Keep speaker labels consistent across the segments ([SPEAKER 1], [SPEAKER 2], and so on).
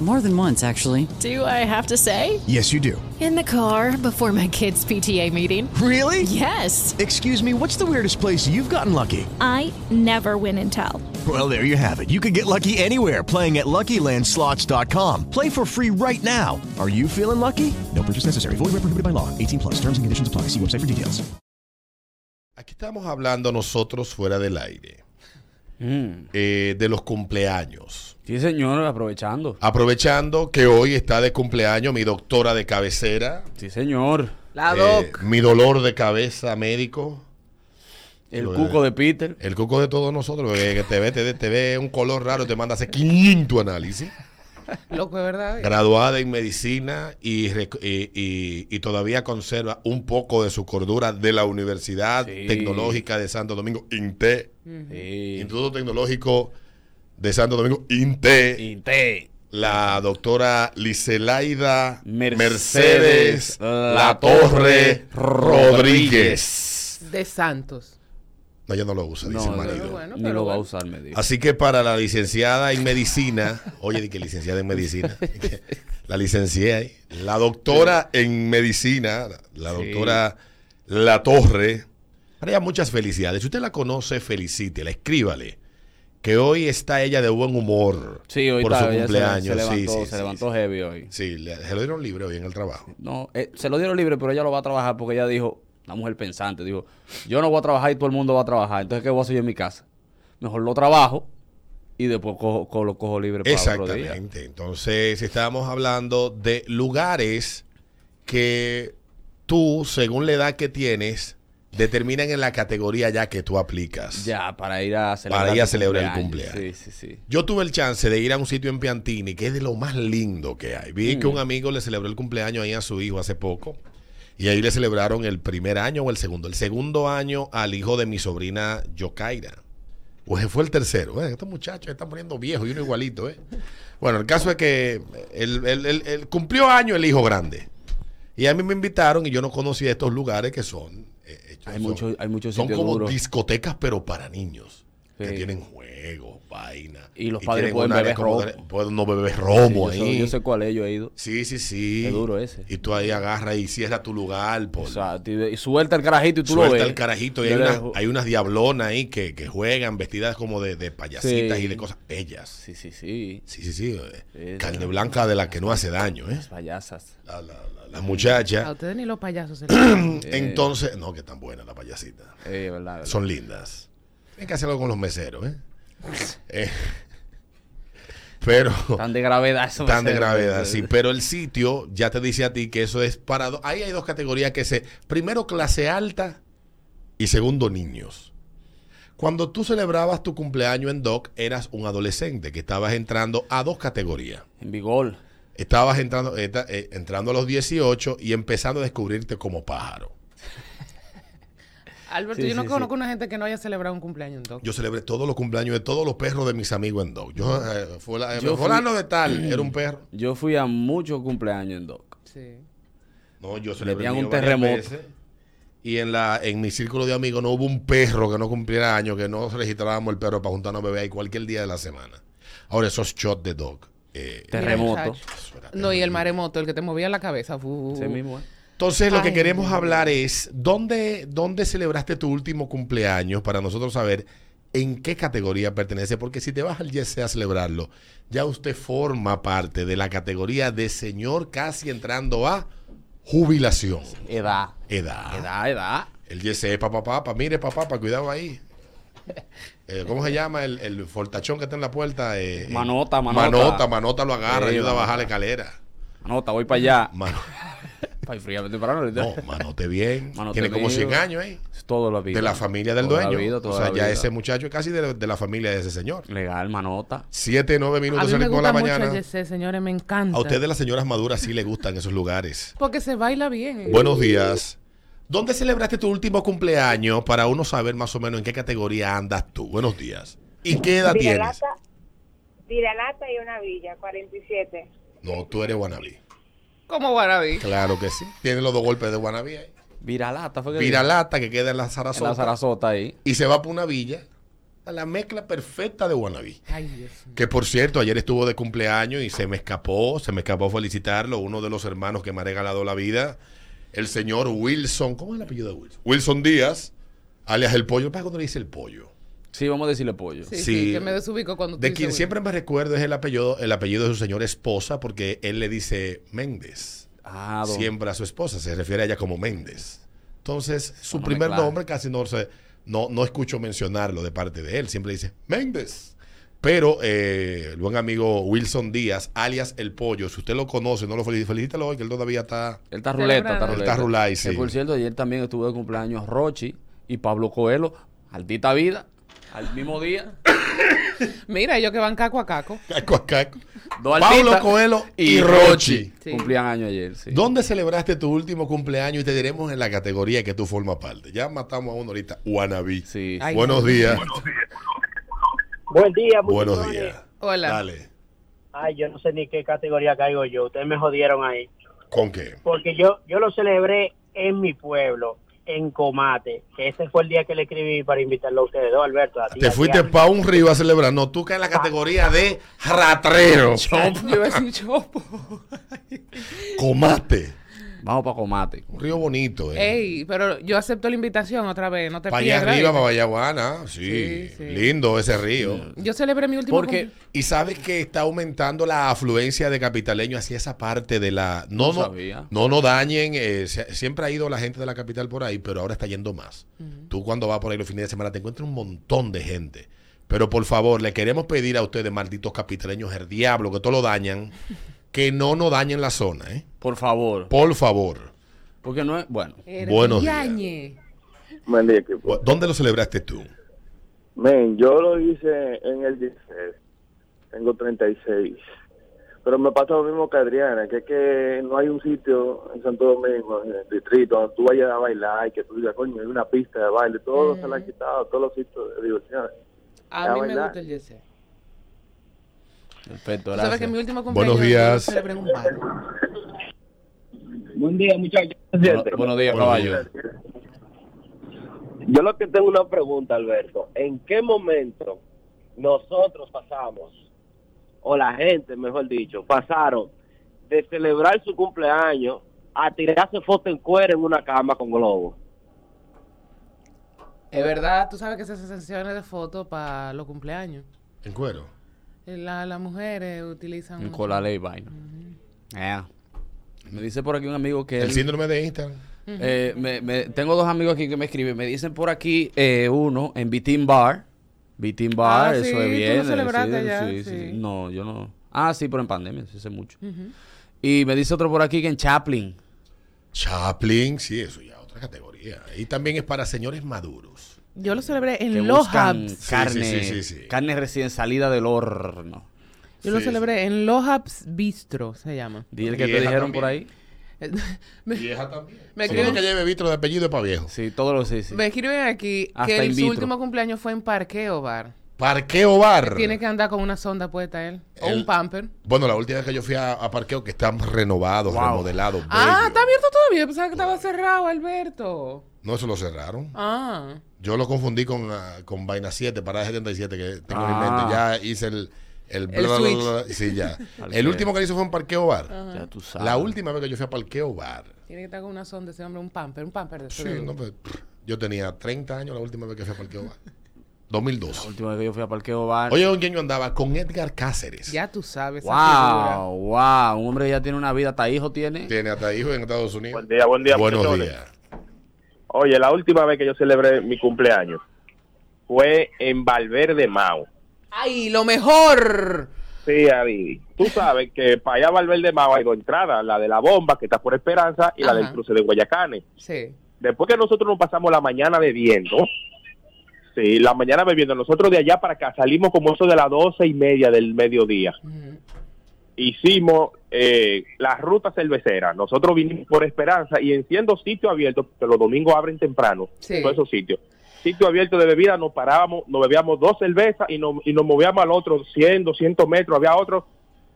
[SPEAKER 1] More than once, actually.
[SPEAKER 2] Do I have to say?
[SPEAKER 3] Yes, you do.
[SPEAKER 4] In the car before my kids' PTA meeting.
[SPEAKER 3] Really?
[SPEAKER 4] Yes.
[SPEAKER 3] Excuse me, what's the weirdest place you've gotten lucky?
[SPEAKER 5] I never win and tell.
[SPEAKER 3] Well, there you have it. You can get lucky anywhere playing at LuckyLandSlots.com. Play for free right now. Are you feeling lucky? No purchase necessary. Void where prohibited by law. 18 plus. Terms and conditions apply. See website for details.
[SPEAKER 6] Aquí estamos hablando nosotros fuera del aire
[SPEAKER 7] Mm.
[SPEAKER 6] eh, de los cumpleaños.
[SPEAKER 8] Sí, señor, aprovechando.
[SPEAKER 6] Aprovechando que hoy está de cumpleaños mi doctora de cabecera,
[SPEAKER 8] Sí, señor.
[SPEAKER 6] eh,
[SPEAKER 7] La Ah, doc.
[SPEAKER 6] mi dolor de cabeza médico,
[SPEAKER 8] El
[SPEAKER 6] Lo de-
[SPEAKER 8] cuco de Peter.
[SPEAKER 6] el cuco de todos nosotros, porque que te ve, te, ve- te ve un color raro, te manda a hacer 500 análisis.
[SPEAKER 7] Loco, es verdad. eh.
[SPEAKER 6] graduada en medicina y, rec- y- y- y todavía conserva un poco de su cordura de la Universidad
[SPEAKER 8] Sí.
[SPEAKER 6] Tecnológica de Santo Domingo, INTE,
[SPEAKER 8] Sí.
[SPEAKER 6] Instituto Tecnológico de Santo Domingo, INTE,
[SPEAKER 8] Y te-
[SPEAKER 6] la doctora Liselaida Mercedes,
[SPEAKER 8] Mercedes
[SPEAKER 6] La
[SPEAKER 8] Torre
[SPEAKER 6] Torre
[SPEAKER 8] Rodríguez.
[SPEAKER 6] Rodríguez.
[SPEAKER 7] De Santos.
[SPEAKER 6] No, ella no lo usa, dice
[SPEAKER 8] No,
[SPEAKER 6] el
[SPEAKER 8] no,
[SPEAKER 6] marido.
[SPEAKER 7] bueno,
[SPEAKER 8] ni
[SPEAKER 7] pero
[SPEAKER 8] lo va a
[SPEAKER 7] bueno.
[SPEAKER 8] usar, me dijo.
[SPEAKER 6] Así que para la licenciada en medicina, oye, di que licenciada en medicina, la licencié ahí. La doctora en medicina, la doctora La Torre, para ella muchas felicidades. Si usted la conoce, felicítela, escríbale. Que hoy está ella de buen humor
[SPEAKER 8] Sí, hoy
[SPEAKER 6] por
[SPEAKER 8] está,
[SPEAKER 6] su
[SPEAKER 8] ella se-
[SPEAKER 6] cumpleaños.
[SPEAKER 8] Se, levantó,
[SPEAKER 6] sí, sí,
[SPEAKER 8] se
[SPEAKER 6] sí,
[SPEAKER 8] levantó
[SPEAKER 6] sí.
[SPEAKER 8] heavy hoy.
[SPEAKER 6] Sí, le- se lo dieron libre hoy en el trabajo.
[SPEAKER 8] No, eh, se lo dieron libre, pero ella lo va a trabajar porque ella dijo, la mujer pensante, dijo, yo no voy a trabajar y todo el mundo va a trabajar. Entonces, ¿qué voy a hacer yo en mi casa? Mejor lo trabajo y después cojo, co- lo cojo libre para otro día.
[SPEAKER 6] Exactamente. Entonces, estábamos hablando de lugares que tú, según la edad que tienes, determinan en la categoría ya que tú aplicas.
[SPEAKER 8] Ya, para ir a celebrar.
[SPEAKER 6] Para ir a
[SPEAKER 8] tu
[SPEAKER 6] celebrar el cumpleaños.
[SPEAKER 8] Sí, sí, sí.
[SPEAKER 6] Yo tuve el chance de ir a un sitio en Piantini, que es de lo más lindo que hay. Vi
[SPEAKER 8] Mm.
[SPEAKER 6] que un amigo le celebró el cumpleaños ahí a su hijo hace poco. Y ahí le celebraron el primer año o el segundo. El segundo año al hijo de mi sobrina Yokaira. O ese fue el tercero. Eh, estos muchachos se están poniendo viejos y uno igualito. Eh. Bueno, el caso es que el, el- el- el- cumplió año el hijo grande. Y a mí me invitaron y yo no conocía estos lugares que son. eh, eh,
[SPEAKER 8] Hay
[SPEAKER 6] son-
[SPEAKER 8] mucho- hay muchos
[SPEAKER 6] Son
[SPEAKER 8] sitios
[SPEAKER 6] como
[SPEAKER 8] duros.
[SPEAKER 6] discotecas, pero para niños. Que
[SPEAKER 8] Sí.
[SPEAKER 6] tienen juegos, vaina.
[SPEAKER 8] Y los padres
[SPEAKER 6] tienen
[SPEAKER 8] pueden
[SPEAKER 6] un área
[SPEAKER 8] beber
[SPEAKER 6] como de-
[SPEAKER 8] romo.
[SPEAKER 6] pueden no beber romo
[SPEAKER 8] Sí, yo,
[SPEAKER 6] ahí.
[SPEAKER 8] sé, yo sé cuál es, yo he ido.
[SPEAKER 6] Sí, sí, sí.
[SPEAKER 8] Qué duro ese.
[SPEAKER 6] Y tú ahí agarras y cierras tu lugar. Por,
[SPEAKER 8] O sea, ti- y suelta el carajito y tú lo
[SPEAKER 6] suelta
[SPEAKER 8] ves.
[SPEAKER 6] el carajito. Y
[SPEAKER 8] Yo
[SPEAKER 6] hay,
[SPEAKER 8] le
[SPEAKER 6] unas,
[SPEAKER 8] dejo-
[SPEAKER 6] hay unas diablonas ahí que, que juegan vestidas como de, de payasitas
[SPEAKER 8] Sí.
[SPEAKER 6] y de cosas bellas.
[SPEAKER 8] Sí, sí, sí.
[SPEAKER 6] Sí, sí, sí. eh,
[SPEAKER 8] Sí,
[SPEAKER 6] Carne
[SPEAKER 8] sí.
[SPEAKER 6] blanca de la que no hace daño, ¿eh?
[SPEAKER 8] Las payasas.
[SPEAKER 6] La, la, la- la
[SPEAKER 7] A
[SPEAKER 6] muchacha.
[SPEAKER 7] ustedes ni los payasos se
[SPEAKER 8] Ah,
[SPEAKER 7] les-
[SPEAKER 6] Entonces, no, que tan buenas las payasitas.
[SPEAKER 8] Eh, verdad, verdad.
[SPEAKER 6] Son lindas. Hay que hacerlo con los meseros, ¿eh? Eh, pero
[SPEAKER 8] Tan de gravedad eso.
[SPEAKER 6] tan de gravedad, sí. Pero el sitio ya te dice a ti que eso es para... do- Ahí hay dos categorías que se... Primero, clase alta y segundo, niños. Cuando tú celebrabas tu cumpleaños en DOC, eras un adolescente que estabas entrando a dos categorías.
[SPEAKER 8] En vigor.
[SPEAKER 6] Estabas entrando, esta- eh, entrando a los 18 y empezando a descubrirte como pájaro.
[SPEAKER 7] Alberto,
[SPEAKER 8] Sí,
[SPEAKER 7] yo no
[SPEAKER 8] sí,
[SPEAKER 7] conozco
[SPEAKER 8] sí.
[SPEAKER 7] una gente que no haya celebrado un cumpleaños en Doc.
[SPEAKER 6] Yo celebré todos los cumpleaños de todos los perros de mis amigos en DOC. Yo, eh, fula- eh,
[SPEAKER 8] Yo fui-
[SPEAKER 6] fulano de tal, era un perro.
[SPEAKER 8] Yo fui a muchos cumpleaños en Doc.
[SPEAKER 7] Sí.
[SPEAKER 6] No, yo celebré
[SPEAKER 8] Tenían
[SPEAKER 6] el mío
[SPEAKER 8] un
[SPEAKER 6] varias
[SPEAKER 8] terremoto.
[SPEAKER 6] veces. Y en, la, en mi círculo de amigos no hubo un perro que no cumpliera años, que no registrábamos el perro para juntarnos a beber ahí cualquier día de la semana. Ahora, esos shots de dog. eh,
[SPEAKER 8] Terremoto.
[SPEAKER 7] Muchacho.
[SPEAKER 6] eso era
[SPEAKER 7] No, y el
[SPEAKER 6] terrible.
[SPEAKER 7] maremoto, el que te movía la cabeza. fu-
[SPEAKER 8] Ese mismo, ¿eh?
[SPEAKER 6] Entonces, lo que
[SPEAKER 7] Ay,
[SPEAKER 6] queremos
[SPEAKER 7] no.
[SPEAKER 6] hablar es, ¿dónde, ¿dónde celebraste tu último cumpleaños para nosotros saber en qué categoría pertenece? Porque si te vas al YC a celebrarlo, ya usted forma parte de la categoría de señor casi entrando a jubilación.
[SPEAKER 8] Edad.
[SPEAKER 6] Edad.
[SPEAKER 8] Edad, edad.
[SPEAKER 6] El YC, "Eh, papá, papá, mire, papá, papá, cuidado ahí. Eh, ¿Cómo se llama el, el fortachón que está en la puerta? Eh, eh,
[SPEAKER 8] Manota, manota.
[SPEAKER 6] Manota, manota lo agarra,
[SPEAKER 8] Sí,
[SPEAKER 6] ayuda a
[SPEAKER 8] manota.
[SPEAKER 6] bajar la escalera.
[SPEAKER 8] Anota, voy para allá.
[SPEAKER 6] Mano-
[SPEAKER 8] Para enfriarme temprano.
[SPEAKER 6] No,
[SPEAKER 8] ahorita.
[SPEAKER 6] manote bien.
[SPEAKER 8] Manote
[SPEAKER 6] Tiene como
[SPEAKER 8] bien.
[SPEAKER 6] 100 años, ¿eh?
[SPEAKER 8] Es Todo la vida.
[SPEAKER 6] De la familia del
[SPEAKER 8] Toda la
[SPEAKER 6] dueño.
[SPEAKER 8] vida,
[SPEAKER 6] o
[SPEAKER 8] toda
[SPEAKER 6] sea,
[SPEAKER 8] la
[SPEAKER 6] ya
[SPEAKER 8] vida.
[SPEAKER 6] ese muchacho es casi de, de la familia de ese señor.
[SPEAKER 8] Legal, manota.
[SPEAKER 6] 7, 9
[SPEAKER 7] A
[SPEAKER 6] minutos
[SPEAKER 7] mí
[SPEAKER 6] en
[SPEAKER 7] me
[SPEAKER 6] toda la
[SPEAKER 7] gusta mucho
[SPEAKER 6] mañana.
[SPEAKER 7] el yesé, señores, me encanta.
[SPEAKER 6] A ustedes las señoras maduras sí les gustan esos lugares.
[SPEAKER 7] Porque se baila bien.
[SPEAKER 6] Buenos días. ¿Dónde celebraste tu último cumpleaños para uno saber más o menos en qué categoría andas tú? Buenos días. ¿Y qué edad tienes?
[SPEAKER 9] Viralata, Viralata y una villa, 47.
[SPEAKER 6] No, tú eres wannabe.
[SPEAKER 7] Como Guarabí.
[SPEAKER 6] Claro que sí. Tienes los dos golpes de wannabe ahí.
[SPEAKER 8] Viralata fue que
[SPEAKER 6] Viralata que queda en la
[SPEAKER 8] dijo. En la
[SPEAKER 6] Sarasota.
[SPEAKER 8] zarazota ahí.
[SPEAKER 6] Y se va para una villa. A la mezcla perfecta de wannabe.
[SPEAKER 7] Ay, Dios mío.
[SPEAKER 6] Que por cierto, ayer estuvo de cumpleaños y se me escapó, se me escapó felicitarlo, uno de los hermanos que me ha regalado la vida, el señor Wilson, ¿cómo es el apellido de Wilson? Wilson Díaz, alias el pollo, ¿para cuando le dice el pollo?
[SPEAKER 8] Sí, vamos a decirle pollo.
[SPEAKER 7] Sí, sí,
[SPEAKER 6] Sí.
[SPEAKER 7] que me desubico cuando tú
[SPEAKER 6] De
[SPEAKER 7] dices,
[SPEAKER 6] quien
[SPEAKER 7] "Uy".
[SPEAKER 6] siempre me recuerdo es el apellido, el apellido de su señora esposa, porque él le dice Méndez,
[SPEAKER 8] Ah, don.
[SPEAKER 6] siempre a su esposa, se refiere a ella como Méndez. Entonces, su
[SPEAKER 8] No, no me
[SPEAKER 6] primer
[SPEAKER 8] claro.
[SPEAKER 6] nombre casi no, se- no, no escucho mencionarlo de parte de él, siempre dice Méndez. Pero eh, el buen amigo Wilson Díaz, alias El Pollo, si usted lo conoce, no lo felicita, felicítalo hoy, que él todavía está...
[SPEAKER 8] Él está ruleta, está
[SPEAKER 7] Él
[SPEAKER 8] ruleta.
[SPEAKER 6] está rulay, sí.
[SPEAKER 8] Que, por cierto, ayer también estuvo de cumpleaños Rochi y Pablo Coelho. Altita vida. Al mismo día.
[SPEAKER 7] Mira, ellos que van caco a caco.
[SPEAKER 6] Caco a caco.
[SPEAKER 8] Dos
[SPEAKER 6] Pablo
[SPEAKER 8] altitas
[SPEAKER 6] Coelho y,
[SPEAKER 8] y
[SPEAKER 6] Rochi.
[SPEAKER 7] Sí.
[SPEAKER 8] Cumplían año ayer, sí.
[SPEAKER 6] ¿Dónde celebraste tu último cumpleaños? Y te diremos en la categoría que tú formas parte. Ya matamos a uno ahorita, Wannabe.
[SPEAKER 8] Sí.
[SPEAKER 7] Ay,
[SPEAKER 6] Buenos días.
[SPEAKER 9] Buen día,
[SPEAKER 6] Buenos
[SPEAKER 9] muchachones.
[SPEAKER 6] días.
[SPEAKER 7] Hola.
[SPEAKER 6] Dale.
[SPEAKER 9] Ay, yo no sé ni qué categoría caigo yo. Ustedes me jodieron ahí.
[SPEAKER 6] ¿Con qué?
[SPEAKER 9] Porque yo, yo lo celebré en mi pueblo, en Comate. Que ese fue el día que le escribí para invitarlo a ustedes dos, Alberto. a ti, a
[SPEAKER 6] Te
[SPEAKER 9] ti,
[SPEAKER 6] fuiste
[SPEAKER 9] a-
[SPEAKER 6] para un río a celebrar. No, tú caes en la categoría de ratrero.
[SPEAKER 7] Yo pues, iba a decir chopo.
[SPEAKER 6] Comate.
[SPEAKER 8] Vamos para Comate.
[SPEAKER 6] Un río bonito, eh.
[SPEAKER 7] Ey, pero yo acepto la invitación otra vez, no te
[SPEAKER 6] para allá
[SPEAKER 7] pierdas.
[SPEAKER 6] arriba, para Vallaguana. Sí,
[SPEAKER 7] Sí, sí.
[SPEAKER 6] Lindo ese río.
[SPEAKER 7] Yo celebré mi último
[SPEAKER 8] Porque
[SPEAKER 7] cumple-
[SPEAKER 6] Y sabes que está aumentando la afluencia de capitaleños hacia esa parte de la. No,
[SPEAKER 8] No
[SPEAKER 6] no,
[SPEAKER 8] sabía.
[SPEAKER 6] no nos dañen. eh, se- siempre ha ido la gente de la capital por ahí, pero ahora está yendo más. Tú cuando vas por ahí los fines de semana te encuentras un montón de gente. Pero por favor, le queremos pedir a ustedes, malditos capitaleños, el diablo, que todo lo dañan, que no nos dañen la zona, ¿eh?
[SPEAKER 8] Por favor.
[SPEAKER 6] Por favor.
[SPEAKER 8] Porque no es. Bueno.
[SPEAKER 7] Eh,
[SPEAKER 6] Buenos días.
[SPEAKER 7] Yañe.
[SPEAKER 10] Buen día, equipo.
[SPEAKER 6] Bu- ¿Dónde lo celebraste tú?
[SPEAKER 10] Men, yo lo hice en el 16. Tengo 36. Pero me pasa lo mismo que Adriana, que es que no hay un sitio en Santo Domingo, en el distrito, donde tú vayas a bailar y que tú digas, coño, hay una pista de baile. Todo se la han quitado, todos los sitios de Ah, diversión.
[SPEAKER 7] A
[SPEAKER 10] Ya
[SPEAKER 7] mí me
[SPEAKER 10] bailar.
[SPEAKER 7] gusta el yesé.
[SPEAKER 8] Perfecto,
[SPEAKER 7] Tú
[SPEAKER 8] gracias.
[SPEAKER 7] sabes que mi último cumpleaños
[SPEAKER 6] Buenos
[SPEAKER 7] yo lo
[SPEAKER 6] días.
[SPEAKER 7] celebré en un bar.
[SPEAKER 10] Buen día, muchachos.
[SPEAKER 8] Bueno- buenos días,
[SPEAKER 6] Buenos
[SPEAKER 8] caballo.
[SPEAKER 6] días.
[SPEAKER 10] Yo lo que tengo una pregunta, Alberto. ¿En qué momento nosotros pasamos, o la gente, mejor dicho, pasaron de celebrar su cumpleaños a tirarse foto en cuero en una cama con globo?
[SPEAKER 7] Es verdad, tú sabes que esas sesiones de fotos para los cumpleaños.
[SPEAKER 6] En cuero.
[SPEAKER 7] Eh, la- las mujeres utilizan.
[SPEAKER 8] Un
[SPEAKER 7] mucho-
[SPEAKER 8] colalé y vaina. Eh. Me dice por aquí un amigo que.
[SPEAKER 6] El
[SPEAKER 8] él-
[SPEAKER 6] síndrome de Instagram.
[SPEAKER 8] Eh, me- me- tengo dos amigos aquí que me escriben. Me dicen por aquí, eh, uno, en Bitin Bar. Bitin Bar,
[SPEAKER 7] Ah,
[SPEAKER 8] eso
[SPEAKER 7] sí,
[SPEAKER 8] es
[SPEAKER 7] tú lo
[SPEAKER 8] bien. eh,
[SPEAKER 7] celebraste allá, sí.
[SPEAKER 8] No, yo no. Ah, sí, pero en pandemia, sí, sé mucho. Y me dice otro por aquí que en Chaplin.
[SPEAKER 6] Chaplin, sí, eso ya, otra categoría. Y también es para señores maduros.
[SPEAKER 7] Yo lo celebré
[SPEAKER 8] que
[SPEAKER 7] en Los
[SPEAKER 8] buscan
[SPEAKER 7] Hubs.
[SPEAKER 6] Sí,
[SPEAKER 8] Carne,
[SPEAKER 6] sí, sí, sí, sí.
[SPEAKER 8] carne recién salida del horno.
[SPEAKER 7] Yo lo
[SPEAKER 6] Sí,
[SPEAKER 7] celebré en Los Hubs Bistro, se llama.
[SPEAKER 8] Di el que te
[SPEAKER 6] Vieja
[SPEAKER 8] dijeron por ahí.
[SPEAKER 6] también.
[SPEAKER 7] me,
[SPEAKER 6] Vieja también.
[SPEAKER 7] me
[SPEAKER 6] Todo lo
[SPEAKER 7] escriben,
[SPEAKER 6] que lleve vitro de apellido es para viejo.
[SPEAKER 8] Sí, todos los sí, sí.
[SPEAKER 7] me escriben aquí
[SPEAKER 8] Hasta
[SPEAKER 7] que el-
[SPEAKER 8] in
[SPEAKER 7] su
[SPEAKER 8] vitro.
[SPEAKER 7] último cumpleaños fue en Parqueo Bar.
[SPEAKER 6] Parqueo bar.
[SPEAKER 7] Tiene que andar con una sonda puesta él. O
[SPEAKER 6] El-
[SPEAKER 7] un pamper.
[SPEAKER 6] Bueno, la última vez que yo fui a, a parqueo que está renovado,
[SPEAKER 8] Wow.
[SPEAKER 6] remodelado.
[SPEAKER 7] Ah,
[SPEAKER 6] bello.
[SPEAKER 7] está abierto todavía. Yo Pensaba que estaba cerrado, Alberto.
[SPEAKER 6] No, eso lo cerraron.
[SPEAKER 7] Ah.
[SPEAKER 6] Yo lo confundí con, ah, con Vaina 7, Parada 77, que tengo en mi
[SPEAKER 8] Ah.
[SPEAKER 6] mente. Ya hice el... El,
[SPEAKER 7] switch.
[SPEAKER 6] sí, ya. el
[SPEAKER 8] Parqueo.
[SPEAKER 6] último que hizo fue en Parqueo Bar.
[SPEAKER 8] Ya tú sabes.
[SPEAKER 6] La última vez que yo fui a Parqueo Bar.
[SPEAKER 7] Tiene que estar con una sonda ese hombre, un pamper, un pamper de
[SPEAKER 6] Sí,
[SPEAKER 7] esos de
[SPEAKER 6] no,
[SPEAKER 7] luz.
[SPEAKER 6] pues, pff, yo tenía 30 años la última vez que fui a Parqueo Bar. 2002.
[SPEAKER 8] última vez que yo fui a Parqueo Bar.
[SPEAKER 6] Oye, ¿con quién yo andaba? Con Edgar Cáceres.
[SPEAKER 7] Ya tú sabes. esa
[SPEAKER 8] wow, wow. Un hombre ya tiene una vida, hasta hijo tiene.
[SPEAKER 6] Tiene hasta hijos en Estados Unidos.
[SPEAKER 10] Buen día, buen día,
[SPEAKER 6] Buenos
[SPEAKER 10] muchachones.
[SPEAKER 6] días.
[SPEAKER 10] Oye, la última vez que yo celebré mi cumpleaños fue en Valverde Mau.
[SPEAKER 7] ¡Ay, lo mejor!
[SPEAKER 10] Sí, Ari. Tú sabes que para allá Valverde Mao hay dos entradas, la de la bomba que está por Esperanza y la
[SPEAKER 7] Ajá.
[SPEAKER 10] del cruce de Guayacanes.
[SPEAKER 7] Sí.
[SPEAKER 10] Después que nosotros nos pasamos la mañana bebiendo, sí, la mañana bebiendo, nosotros de allá para acá salimos como eso de las doce y media del mediodía. Hicimos eh, la ruta cervecera. Nosotros vinimos por Esperanza y en siendo sitio abierto, porque los domingos abren temprano,
[SPEAKER 7] Sí.
[SPEAKER 10] todos esos sitios. Sitio abierto de bebida, nos parábamos, nos bebíamos dos cervezas y nos, y nos movíamos al otro 100, 200 metros, había otro,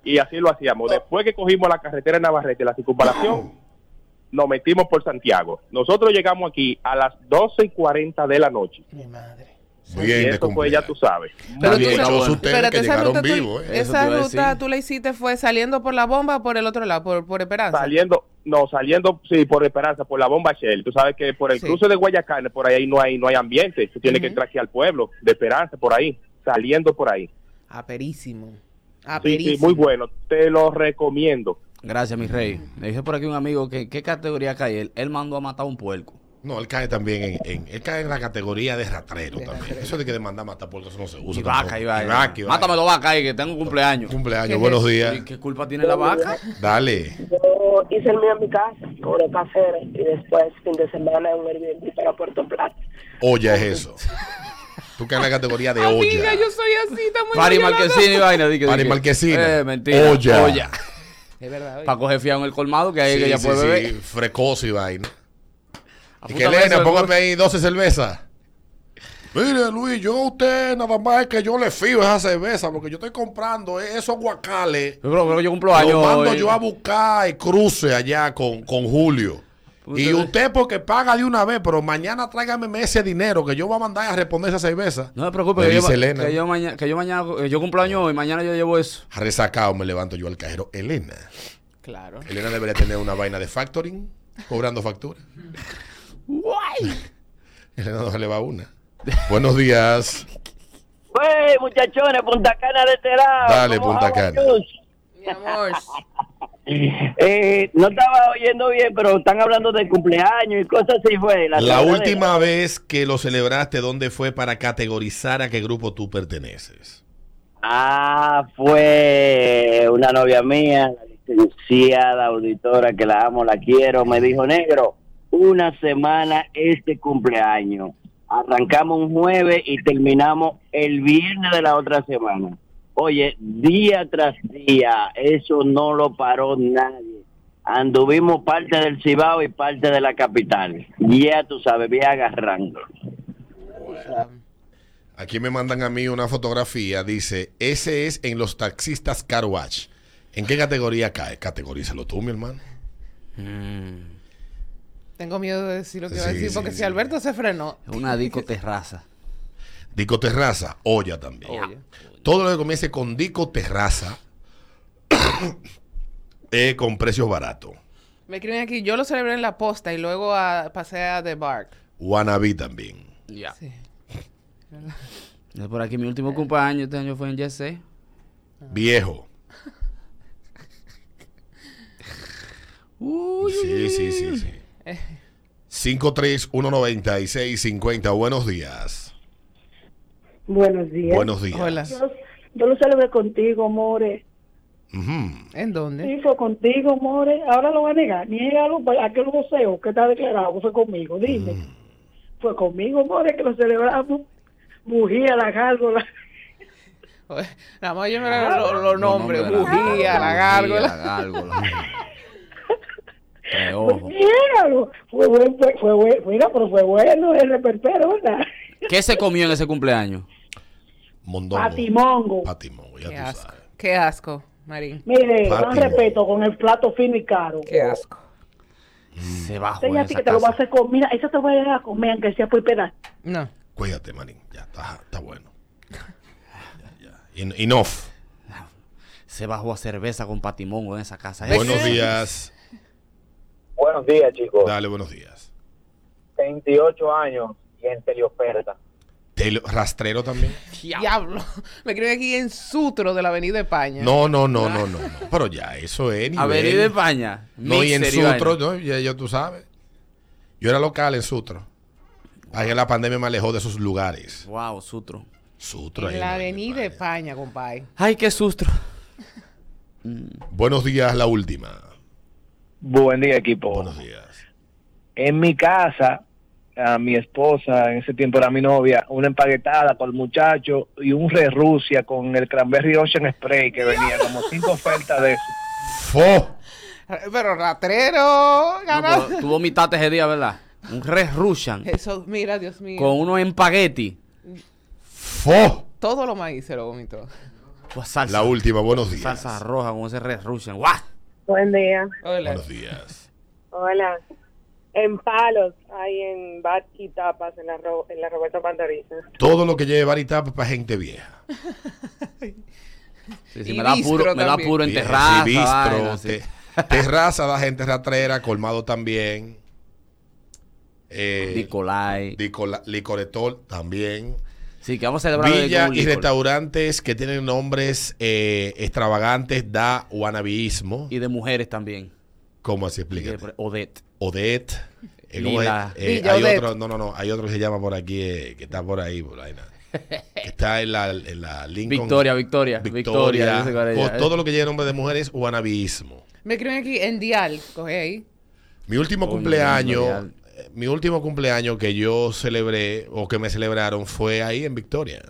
[SPEAKER 10] y así lo hacíamos. Después que cogimos la carretera de Navarrete, la circunvalación, nos metimos por Santiago. Nosotros llegamos aquí a las 12 y 40 de la noche.
[SPEAKER 6] Bien,
[SPEAKER 10] y
[SPEAKER 6] de
[SPEAKER 10] eso fue, ya tú sabes.
[SPEAKER 6] Pero tú
[SPEAKER 10] Bien,
[SPEAKER 6] sabes-
[SPEAKER 10] chosos ustedes
[SPEAKER 7] Espérate,
[SPEAKER 10] que
[SPEAKER 7] esa
[SPEAKER 10] llegaron
[SPEAKER 7] ruta,
[SPEAKER 10] vivos,
[SPEAKER 7] tú,
[SPEAKER 10] ¿eh?
[SPEAKER 7] esa ruta tú la hiciste fue saliendo por la bomba o por el otro lado, por, por Esperanza.
[SPEAKER 10] Saliendo, no, saliendo, sí, por Esperanza, por la bomba Shell. Tú sabes que por el
[SPEAKER 7] Sí.
[SPEAKER 10] cruce de Guayacanes, por ahí no hay, no hay ambiente. Tú tienes que entrar aquí al pueblo, de Esperanza, por ahí, saliendo por ahí.
[SPEAKER 7] Aperísimo.
[SPEAKER 10] Sí,
[SPEAKER 7] Aperísimo.
[SPEAKER 10] sí, muy bueno, te lo recomiendo.
[SPEAKER 8] Gracias, mi rey. Me dice por aquí un amigo que qué categoría cae él. Él mandó a matar a un puerco.
[SPEAKER 6] No, él cae también en, en- él cae en la categoría de ratrero también. Eso de que demanda matar puercos eso no se usa.
[SPEAKER 8] Y vaca,
[SPEAKER 6] tampoco.
[SPEAKER 8] y vaca.
[SPEAKER 6] Vaca, y vaca.
[SPEAKER 8] Mátamelo vaca ahí, que tengo un cumpleaños.
[SPEAKER 6] Cumpleaños, buenos días.
[SPEAKER 8] ¿Y ¿Qué culpa tiene la vaca?
[SPEAKER 6] Dale.
[SPEAKER 11] Yo hice el mío en mi casa, cobré casera y después fin de semana en un Airbnb para Puerto Plata.
[SPEAKER 6] Olla es eso. Tú caes en la categoría de olla.
[SPEAKER 7] yo soy así, estamos
[SPEAKER 8] Pari Marquesina y vaina. di que- di
[SPEAKER 6] Pari
[SPEAKER 8] que-
[SPEAKER 6] Marquesina.
[SPEAKER 8] Eh, mentira.
[SPEAKER 6] Olla.
[SPEAKER 7] De verdad,
[SPEAKER 8] Para coger fiado en el colmado, que ahí que ella puede beber.
[SPEAKER 6] Frecoso y vaina.
[SPEAKER 8] Ah,
[SPEAKER 6] Y que
[SPEAKER 8] Apúntame eso,
[SPEAKER 6] Elena, póngame
[SPEAKER 8] Luis.
[SPEAKER 6] ahí 12 cervezas. Mire, Luis, yo a usted nada más es que yo le fío esa cerveza, porque yo estoy comprando esos guacales.
[SPEAKER 8] Pero, pero yo cumplo años.
[SPEAKER 6] Lo mando
[SPEAKER 8] hoy.
[SPEAKER 6] yo a buscar el cruce allá con, con Julio. Y usted porque paga de una vez, pero mañana tráigame ese dinero que yo voy a mandar a responder esa cerveza.
[SPEAKER 8] No me preocupe,
[SPEAKER 6] Le
[SPEAKER 8] que, yo,
[SPEAKER 6] dice Elena.
[SPEAKER 8] que yo mañana, que yo mañana, eh, yo cumpleaños hoy, mañana yo llevo eso.
[SPEAKER 6] Resacado me levanto yo al cajero. Elena.
[SPEAKER 7] Claro.
[SPEAKER 6] Elena debería tener una vaina de factoring, cobrando factura. Elena no se le va una. Buenos días.
[SPEAKER 11] Wey, muchachones, Punta Cana de este lado.
[SPEAKER 6] Dale,
[SPEAKER 11] ¿Cómo
[SPEAKER 6] Punta
[SPEAKER 11] vamos,
[SPEAKER 6] Cana.
[SPEAKER 11] Chus?
[SPEAKER 7] Mi amor.
[SPEAKER 11] Eh, no estaba oyendo bien, pero están hablando de cumpleaños y cosas así fue.
[SPEAKER 6] La
[SPEAKER 11] tarde de-
[SPEAKER 6] última vez que lo celebraste, ¿dónde fue para categorizar a qué grupo tú perteneces?
[SPEAKER 11] Ah, fue Eh, una novia mía, la licenciada auditora que la amo, la quiero, me dijo, negro, uh, una semana este cumpleaños. Arrancamos un jueves y terminamos el viernes de la otra semana. Oye, día tras día, eso no lo paró nadie. Anduvimos parte del Cibao y parte de la capital. Ya tú sabes, voy agarrando.
[SPEAKER 6] Aquí me mandan a mí una fotografía, dice, ese es en los taxistas car wash. ¿En qué categoría cae? Categorízalo tú, mi hermano.
[SPEAKER 7] Tengo miedo de decir lo que iba a
[SPEAKER 6] Sí,
[SPEAKER 7] decir,
[SPEAKER 6] sí,
[SPEAKER 7] porque
[SPEAKER 6] sí.
[SPEAKER 7] si Alberto se frenó.
[SPEAKER 8] Es una disco terraza.
[SPEAKER 6] Dico Terraza, olla también.
[SPEAKER 7] Oye.
[SPEAKER 6] Todo lo que comience con Dico Terraza eh, con precios baratos.
[SPEAKER 7] Me escriben aquí, yo lo celebré en la posta y luego a- pasé a The Bark.
[SPEAKER 6] Wannabe también.
[SPEAKER 8] Ya.
[SPEAKER 7] Sí.
[SPEAKER 8] Entonces, Por aquí mi último cumpleaños este año fue en Jesse.
[SPEAKER 6] Ah. Viejo. Sí, sí, sí, sí. 5319650. Buenos días.
[SPEAKER 12] Buenos días.
[SPEAKER 6] Buenos días. Hola.
[SPEAKER 12] Yo, yo lo celebré contigo, More.
[SPEAKER 6] Ujú.
[SPEAKER 7] ¿En dónde?
[SPEAKER 12] Sí, fue contigo, More. Ahora lo va a negar. Niégalo, pues, aquel voceo que está declarado que fue conmigo. Dime.
[SPEAKER 6] Mm.
[SPEAKER 12] Fue conmigo, More, que lo celebramos. Bujía, la gárgola.
[SPEAKER 7] Oye, Nada más yo me lo-
[SPEAKER 6] Ah,
[SPEAKER 7] lo- los nombres.
[SPEAKER 8] de la-
[SPEAKER 7] Bujía, la
[SPEAKER 8] La
[SPEAKER 7] gárgola.
[SPEAKER 8] gárgola. Tres
[SPEAKER 12] Pues,
[SPEAKER 8] ojos.
[SPEAKER 12] niégalo. Fue, buen- fue, fue, buen- mira, pero fue bueno el repertorio, ¿verdad?
[SPEAKER 8] ¿Qué se comió en ese cumpleaños?
[SPEAKER 6] Mondongo.
[SPEAKER 12] Patimongo.
[SPEAKER 6] Patimongo, ya
[SPEAKER 7] Qué
[SPEAKER 6] tú
[SPEAKER 7] asco.
[SPEAKER 6] sabes.
[SPEAKER 7] Qué asco, Marín.
[SPEAKER 12] Mire, con
[SPEAKER 6] Patimongo.
[SPEAKER 12] respeto, con el plato fino y caro.
[SPEAKER 7] Qué asco.
[SPEAKER 6] Mm.
[SPEAKER 8] Se bajó
[SPEAKER 12] Tenía
[SPEAKER 8] en
[SPEAKER 12] a ti
[SPEAKER 8] esa
[SPEAKER 12] que te lo vas a
[SPEAKER 8] casa.
[SPEAKER 12] hacer comer. Mira, eso te voy a dejar comer, aunque sea por pedazos.
[SPEAKER 7] No.
[SPEAKER 6] Cuídate, manín. Ya está, está bueno. Ya, ya, ya. En- Enough.
[SPEAKER 8] Se bajó a cerveza con patimongo en esa casa. ¿eh?
[SPEAKER 6] Buenos días.
[SPEAKER 13] Buenos días, chicos.
[SPEAKER 6] Dale, buenos días.
[SPEAKER 13] 28 años y en teleoferta.
[SPEAKER 6] Tele- ¿Rastrero también?
[SPEAKER 7] Diablo. Me escriben aquí en Sutro de la Avenida España.
[SPEAKER 6] No, no, no, no, no. no. Pero ya, eso es nivel.
[SPEAKER 8] Avenida España.
[SPEAKER 6] No, y en
[SPEAKER 8] Mixer y vaina.
[SPEAKER 6] Sutro, no, ya, ya tú sabes. Yo era local en Sutro. Ahí en la pandemia me alejó de esos lugares.
[SPEAKER 8] Wow, Sutro.
[SPEAKER 6] Sutro. ahí,
[SPEAKER 7] En la
[SPEAKER 6] ¿no?
[SPEAKER 7] Avenida España, compadre.
[SPEAKER 8] Ay, qué sustro.
[SPEAKER 6] Buenos días, la última.
[SPEAKER 14] Buen día,
[SPEAKER 8] Oh.
[SPEAKER 14] equipo.
[SPEAKER 6] Buenos días.
[SPEAKER 14] En mi casa, a mi esposa, en ese tiempo era mi novia, una empaguetada para el muchacho y un re Rusia con el Cranberry Ocean Spray que venía, como cinco ofertas de eso.
[SPEAKER 6] ¡Fo!
[SPEAKER 7] Pero ratrero, ganado.
[SPEAKER 8] Tú vomitaste ese día, ¿verdad? Un res Russian
[SPEAKER 7] Eso, mira, Dios mío.
[SPEAKER 8] con unos empagueti.
[SPEAKER 6] ¡Fo!
[SPEAKER 7] Todo lo maíz se lo vomitó.
[SPEAKER 8] Pues salsa.
[SPEAKER 6] La última, buenos días.
[SPEAKER 8] Salsa roja con ese res Russian. ¡Guau!
[SPEAKER 15] Buen día.
[SPEAKER 7] Hola.
[SPEAKER 6] Buenos días.
[SPEAKER 15] Hola. En palos hay en bar y tapas en la, Ro- en la Roberto Pandariza.
[SPEAKER 6] Todo lo que lleve bar y tapa para gente vieja.
[SPEAKER 8] Sí, sí,
[SPEAKER 6] Y
[SPEAKER 8] me da
[SPEAKER 6] bistro
[SPEAKER 8] puro, me da
[SPEAKER 6] también.
[SPEAKER 8] puro en
[SPEAKER 6] Bien, sí,
[SPEAKER 8] terraza.
[SPEAKER 6] bistro,
[SPEAKER 8] vaina, sí.
[SPEAKER 6] te- terraza da gente ratrera, colmado también. Eh,
[SPEAKER 8] Nicolai.
[SPEAKER 6] Nicola- Licoretol también.
[SPEAKER 8] Sí, que vamos a celebrar hoy
[SPEAKER 6] Villa
[SPEAKER 8] con
[SPEAKER 6] y
[SPEAKER 8] licor.
[SPEAKER 6] restaurantes que tienen nombres eh, extravagantes da wannabeísmo.
[SPEAKER 8] Y de mujeres también.
[SPEAKER 6] ¿Cómo así explica?
[SPEAKER 8] Odette.
[SPEAKER 6] Odette. eh, ¿cómo
[SPEAKER 8] Lila.
[SPEAKER 6] es? Eh,
[SPEAKER 8] Villa
[SPEAKER 6] hay
[SPEAKER 8] Odette.
[SPEAKER 6] otro, no, no, no, hay otro que se llama por aquí, eh, que está por ahí, por ahí, nada. Que está en la, en la Lincoln.
[SPEAKER 8] Victoria, Victoria, Victoria, yo sé cuál es
[SPEAKER 6] Con
[SPEAKER 8] ella.
[SPEAKER 6] todo lo que lleve nombre de mujeres, wannabeísmo.
[SPEAKER 7] Me escriben aquí en Dial, coge ahí.
[SPEAKER 6] Mi último
[SPEAKER 8] Coño,
[SPEAKER 6] cumpleaños,
[SPEAKER 8] Victoria.
[SPEAKER 6] eh, mi último cumpleaños que yo celebré o que me celebraron fue ahí en Victoria.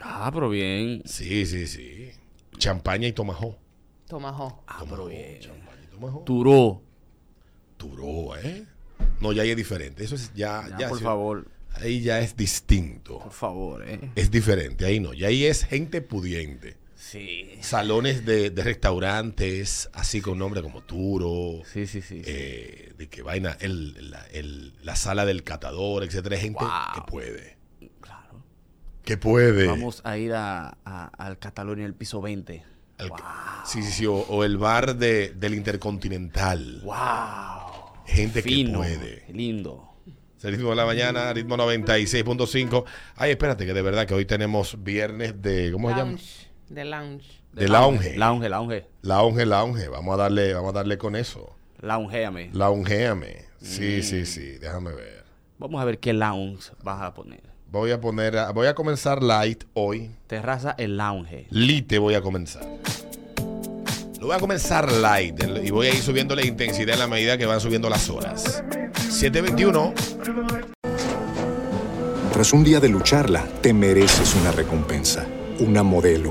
[SPEAKER 8] Ah, pero bien.
[SPEAKER 6] Sí, sí, sí. Champaña y tomajó.
[SPEAKER 7] Tomajo.
[SPEAKER 8] Ah, pero bien.
[SPEAKER 6] Tomajó.
[SPEAKER 8] Turó.
[SPEAKER 6] Duró, ¿eh? No, ya ahí es diferente. Eso es ya,
[SPEAKER 8] Ya,
[SPEAKER 6] ya
[SPEAKER 8] por
[SPEAKER 6] sí.
[SPEAKER 8] favor.
[SPEAKER 6] Ahí ya es distinto.
[SPEAKER 8] Por favor, eh.
[SPEAKER 6] Es diferente, ahí no. Y ahí es gente pudiente.
[SPEAKER 8] Sí.
[SPEAKER 6] Salones de, de restaurantes, así con nombre como Turo.
[SPEAKER 8] Sí, sí, sí. sí.
[SPEAKER 6] eh, de que vaina, el- la, el- la sala del catador, etcétera. Es gente que puede.
[SPEAKER 8] Claro.
[SPEAKER 6] Que puede.
[SPEAKER 8] Vamos a ir a, a- al Catalonia, el piso 20.
[SPEAKER 6] Al-
[SPEAKER 8] Wow.
[SPEAKER 6] Sí, sí, sí. O, o el bar de, del Intercontinental.
[SPEAKER 8] Wow.
[SPEAKER 6] Gente
[SPEAKER 8] Fino.
[SPEAKER 6] que puede.
[SPEAKER 8] Lindo.
[SPEAKER 6] Es el ritmo de la mañana, ritmo 96.5. Ay, espérate, que de verdad que hoy tenemos viernes de. ¿Cómo se llama?
[SPEAKER 7] Lounge. De lounge.
[SPEAKER 6] De lounge.
[SPEAKER 8] Lounge, lounge.
[SPEAKER 6] Lounge, lounge. Vamos a darle, vamos a darle con eso.
[SPEAKER 8] Loungeame.
[SPEAKER 6] Loungeame. Sí, sí, sí. Déjame ver.
[SPEAKER 8] Vamos a ver qué lounge vas a poner.
[SPEAKER 6] Voy a poner, a- voy a comenzar light hoy.
[SPEAKER 8] Terraza el lounge.
[SPEAKER 6] Lite voy a comenzar. Lo voy a comenzar light el- y voy a ir subiendo la intensidad en la medida que van subiendo las horas. 721.
[SPEAKER 16] Tras un día de lucharla, te mereces una recompensa, una modelo,